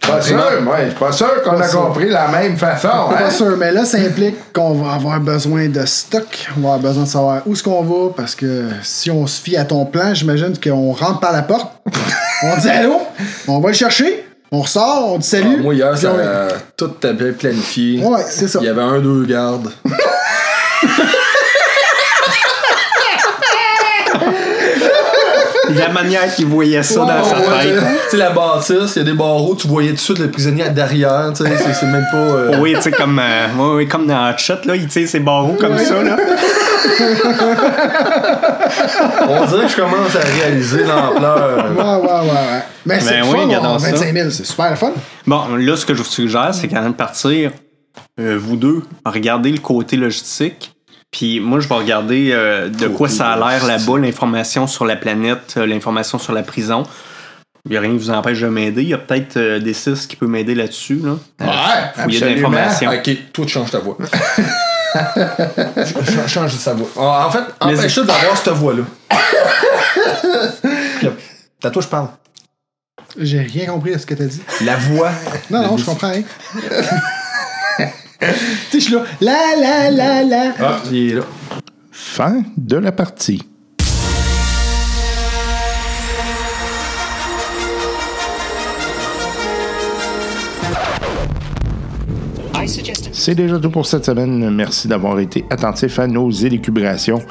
A: pas sûr, moi. Je suis pas sûr qu'on a
E: sûr.
A: compris la même façon. hein.
E: Pas sûr, mais là, ça implique qu'on va avoir besoin de stock, on va avoir besoin de savoir où est-ce qu'on va, parce que si on se fie à ton plan, j'imagine qu'on rentre par la porte, on dit allô, on va le chercher, on ressort, on dit
D: Ah,
E: salut.
D: moi, hier, ça,
E: puis on-
D: euh, tout était bien planifié.
E: Ouais, c'est ça.
D: Il y avait un, deux gardes.
C: La manière qu'ils voyaient ça dans sa
D: Ouais,
C: tête.
D: t'sais, t'sais, la bâtisse, il y a des barreaux, tu voyais tout de suite le prisonnier derrière. t'sais, C'est c'est même pas. euh,
C: Oui, tu sais, comme, euh, ouais, ouais, comme dans Hot Shot, là, il tire ses barreaux comme ça, là.
D: On dirait que je commence à réaliser l'ampleur. euh,
E: Ouais, ouais, ouais, ouais. Mais c'est le
C: oui,
E: fun,
C: regardons
E: on-
C: ça.
E: 25 000, c'est super le fun.
C: Bon, là, ce que je vous suggère, c'est qu'avant de partir, euh, vous deux, regardez le côté logistique. Puis moi, je vais regarder euh, de quoi ça a l'air là-bas, l'information sur la planète, euh, l'information sur la prison. Il n'y a rien qui vous empêche de m'aider. Il y a peut-être euh, des six qui peut m'aider là-dessus. Là.
A: Ouais,
C: Fouiller de
A: absolument.
C: l'information.
D: Ah, Ok, toi, tu changes ta voix. Ch- ch- Change sa voix. Ah, En fait,
C: Mais-
D: empêche-toi d'avoir cette voix-là. T'as toi, je parle.
E: J'ai rien compris à ce que t'as dit.
D: La voix.
E: Non, non, je comprends rien. tu sais, je suis là. La, la, la, la.
D: Ah, il est là.
A: Fin de la partie. C'est déjà tout pour cette semaine. Merci d'avoir été attentif à nos élucubrations.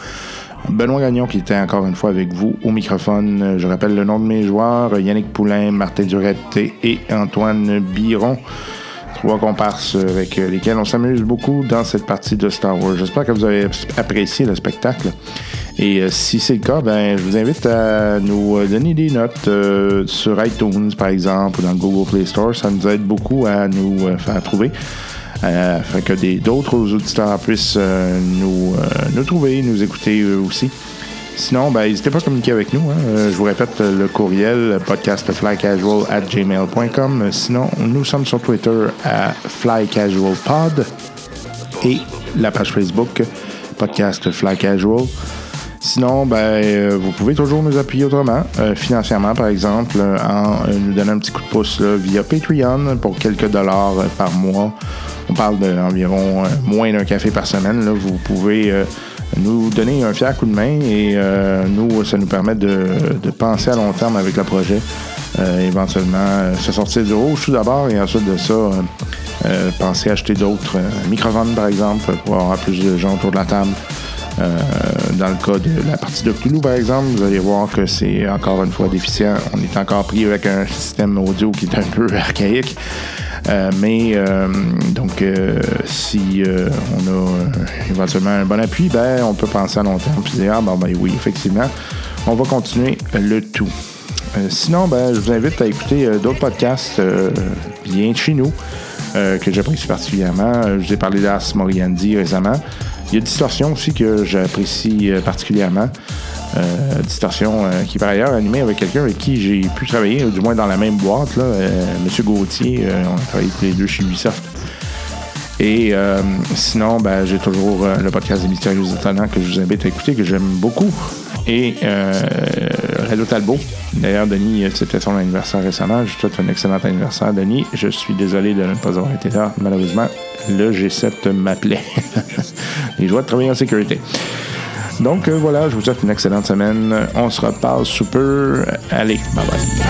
A: Benoît Gagnon qui était encore une fois avec vous au microphone. Je rappelle le nom de mes joueurs, Yannick Poulain, Martin Durette et Antoine Biron. Trois comparses avec euh, lesquels on s'amuse beaucoup dans cette partie de Star Wars. J'espère que vous avez apprécié le spectacle. Et euh, si c'est le cas, ben, je vous invite à nous euh, donner des notes euh, sur iTunes, par exemple, ou dans le Google Play Store. Ça nous aide beaucoup à nous euh, faire trouver euh, afin que des- d'autres auditeurs puissent euh, nous, euh, nous trouver, nous écouter eux aussi. Sinon, ben, n'hésitez pas à communiquer avec nous. hein. Euh, je vous répète euh, le courriel podcastflycasual at gmail.com. Euh, Sinon, nous sommes sur Twitter à flycasualpod et la page Facebook podcast Fly Casual. Sinon, ben, euh, vous pouvez toujours nous appuyer autrement, euh, financièrement par exemple, euh, en euh, nous donnant un petit coup de pouce là, via Patreon pour quelques dollars euh, par mois. On parle d'environ euh, moins d'un café par semaine. là. Vous pouvez euh, nous donner un fier coup de main et euh, nous, ça nous permet de, de penser à long terme avec le projet. Euh, éventuellement euh, se sortir du rouge tout d'abord et ensuite de ça, euh, euh, penser à acheter d'autres euh, microphones par exemple pour avoir plus de gens autour de la table. Euh, dans le cas de la partie de Cthulhu, par exemple, vous allez voir que c'est encore une fois déficient. On est encore pris avec un système audio qui est un peu archaïque. Euh, mais euh, donc, euh, si euh, on a euh, éventuellement un bon appui, ben, on peut penser à long terme et dire Ah, bon, ben oui, effectivement, on va continuer le tout. Euh, sinon, ben, je vous invite à écouter euh, d'autres podcasts euh, bien de chez nous. euh, que j'apprécie particulièrement. Euh, Je vous ai parlé d'Ars Moriendi récemment. Il y a Distorsion aussi que j'apprécie euh, particulièrement. Euh, Distorsion, euh, qui est par ailleurs animé avec quelqu'un avec qui j'ai pu travailler, ou du moins dans la même boîte, là, euh, Monsieur Gauthier. euh, on a travaillé tous les deux chez Ubisoft. Et euh, sinon, ben, j'ai toujours euh, le podcast des Mystérieux Étonnants que je vous invite à écouter, que j'aime beaucoup. Et euh, Radio Talbot. D'ailleurs, Denis, euh, c'était son anniversaire récemment. Je te souhaite un excellent anniversaire, Denis. Je suis désolé de ne pas avoir été là. Malheureusement, le G7 m'appelait. Les joies de travailler en sécurité. Donc euh, voilà, je vous souhaite une excellente semaine. On se reparle sous peu. Allez, bye bye.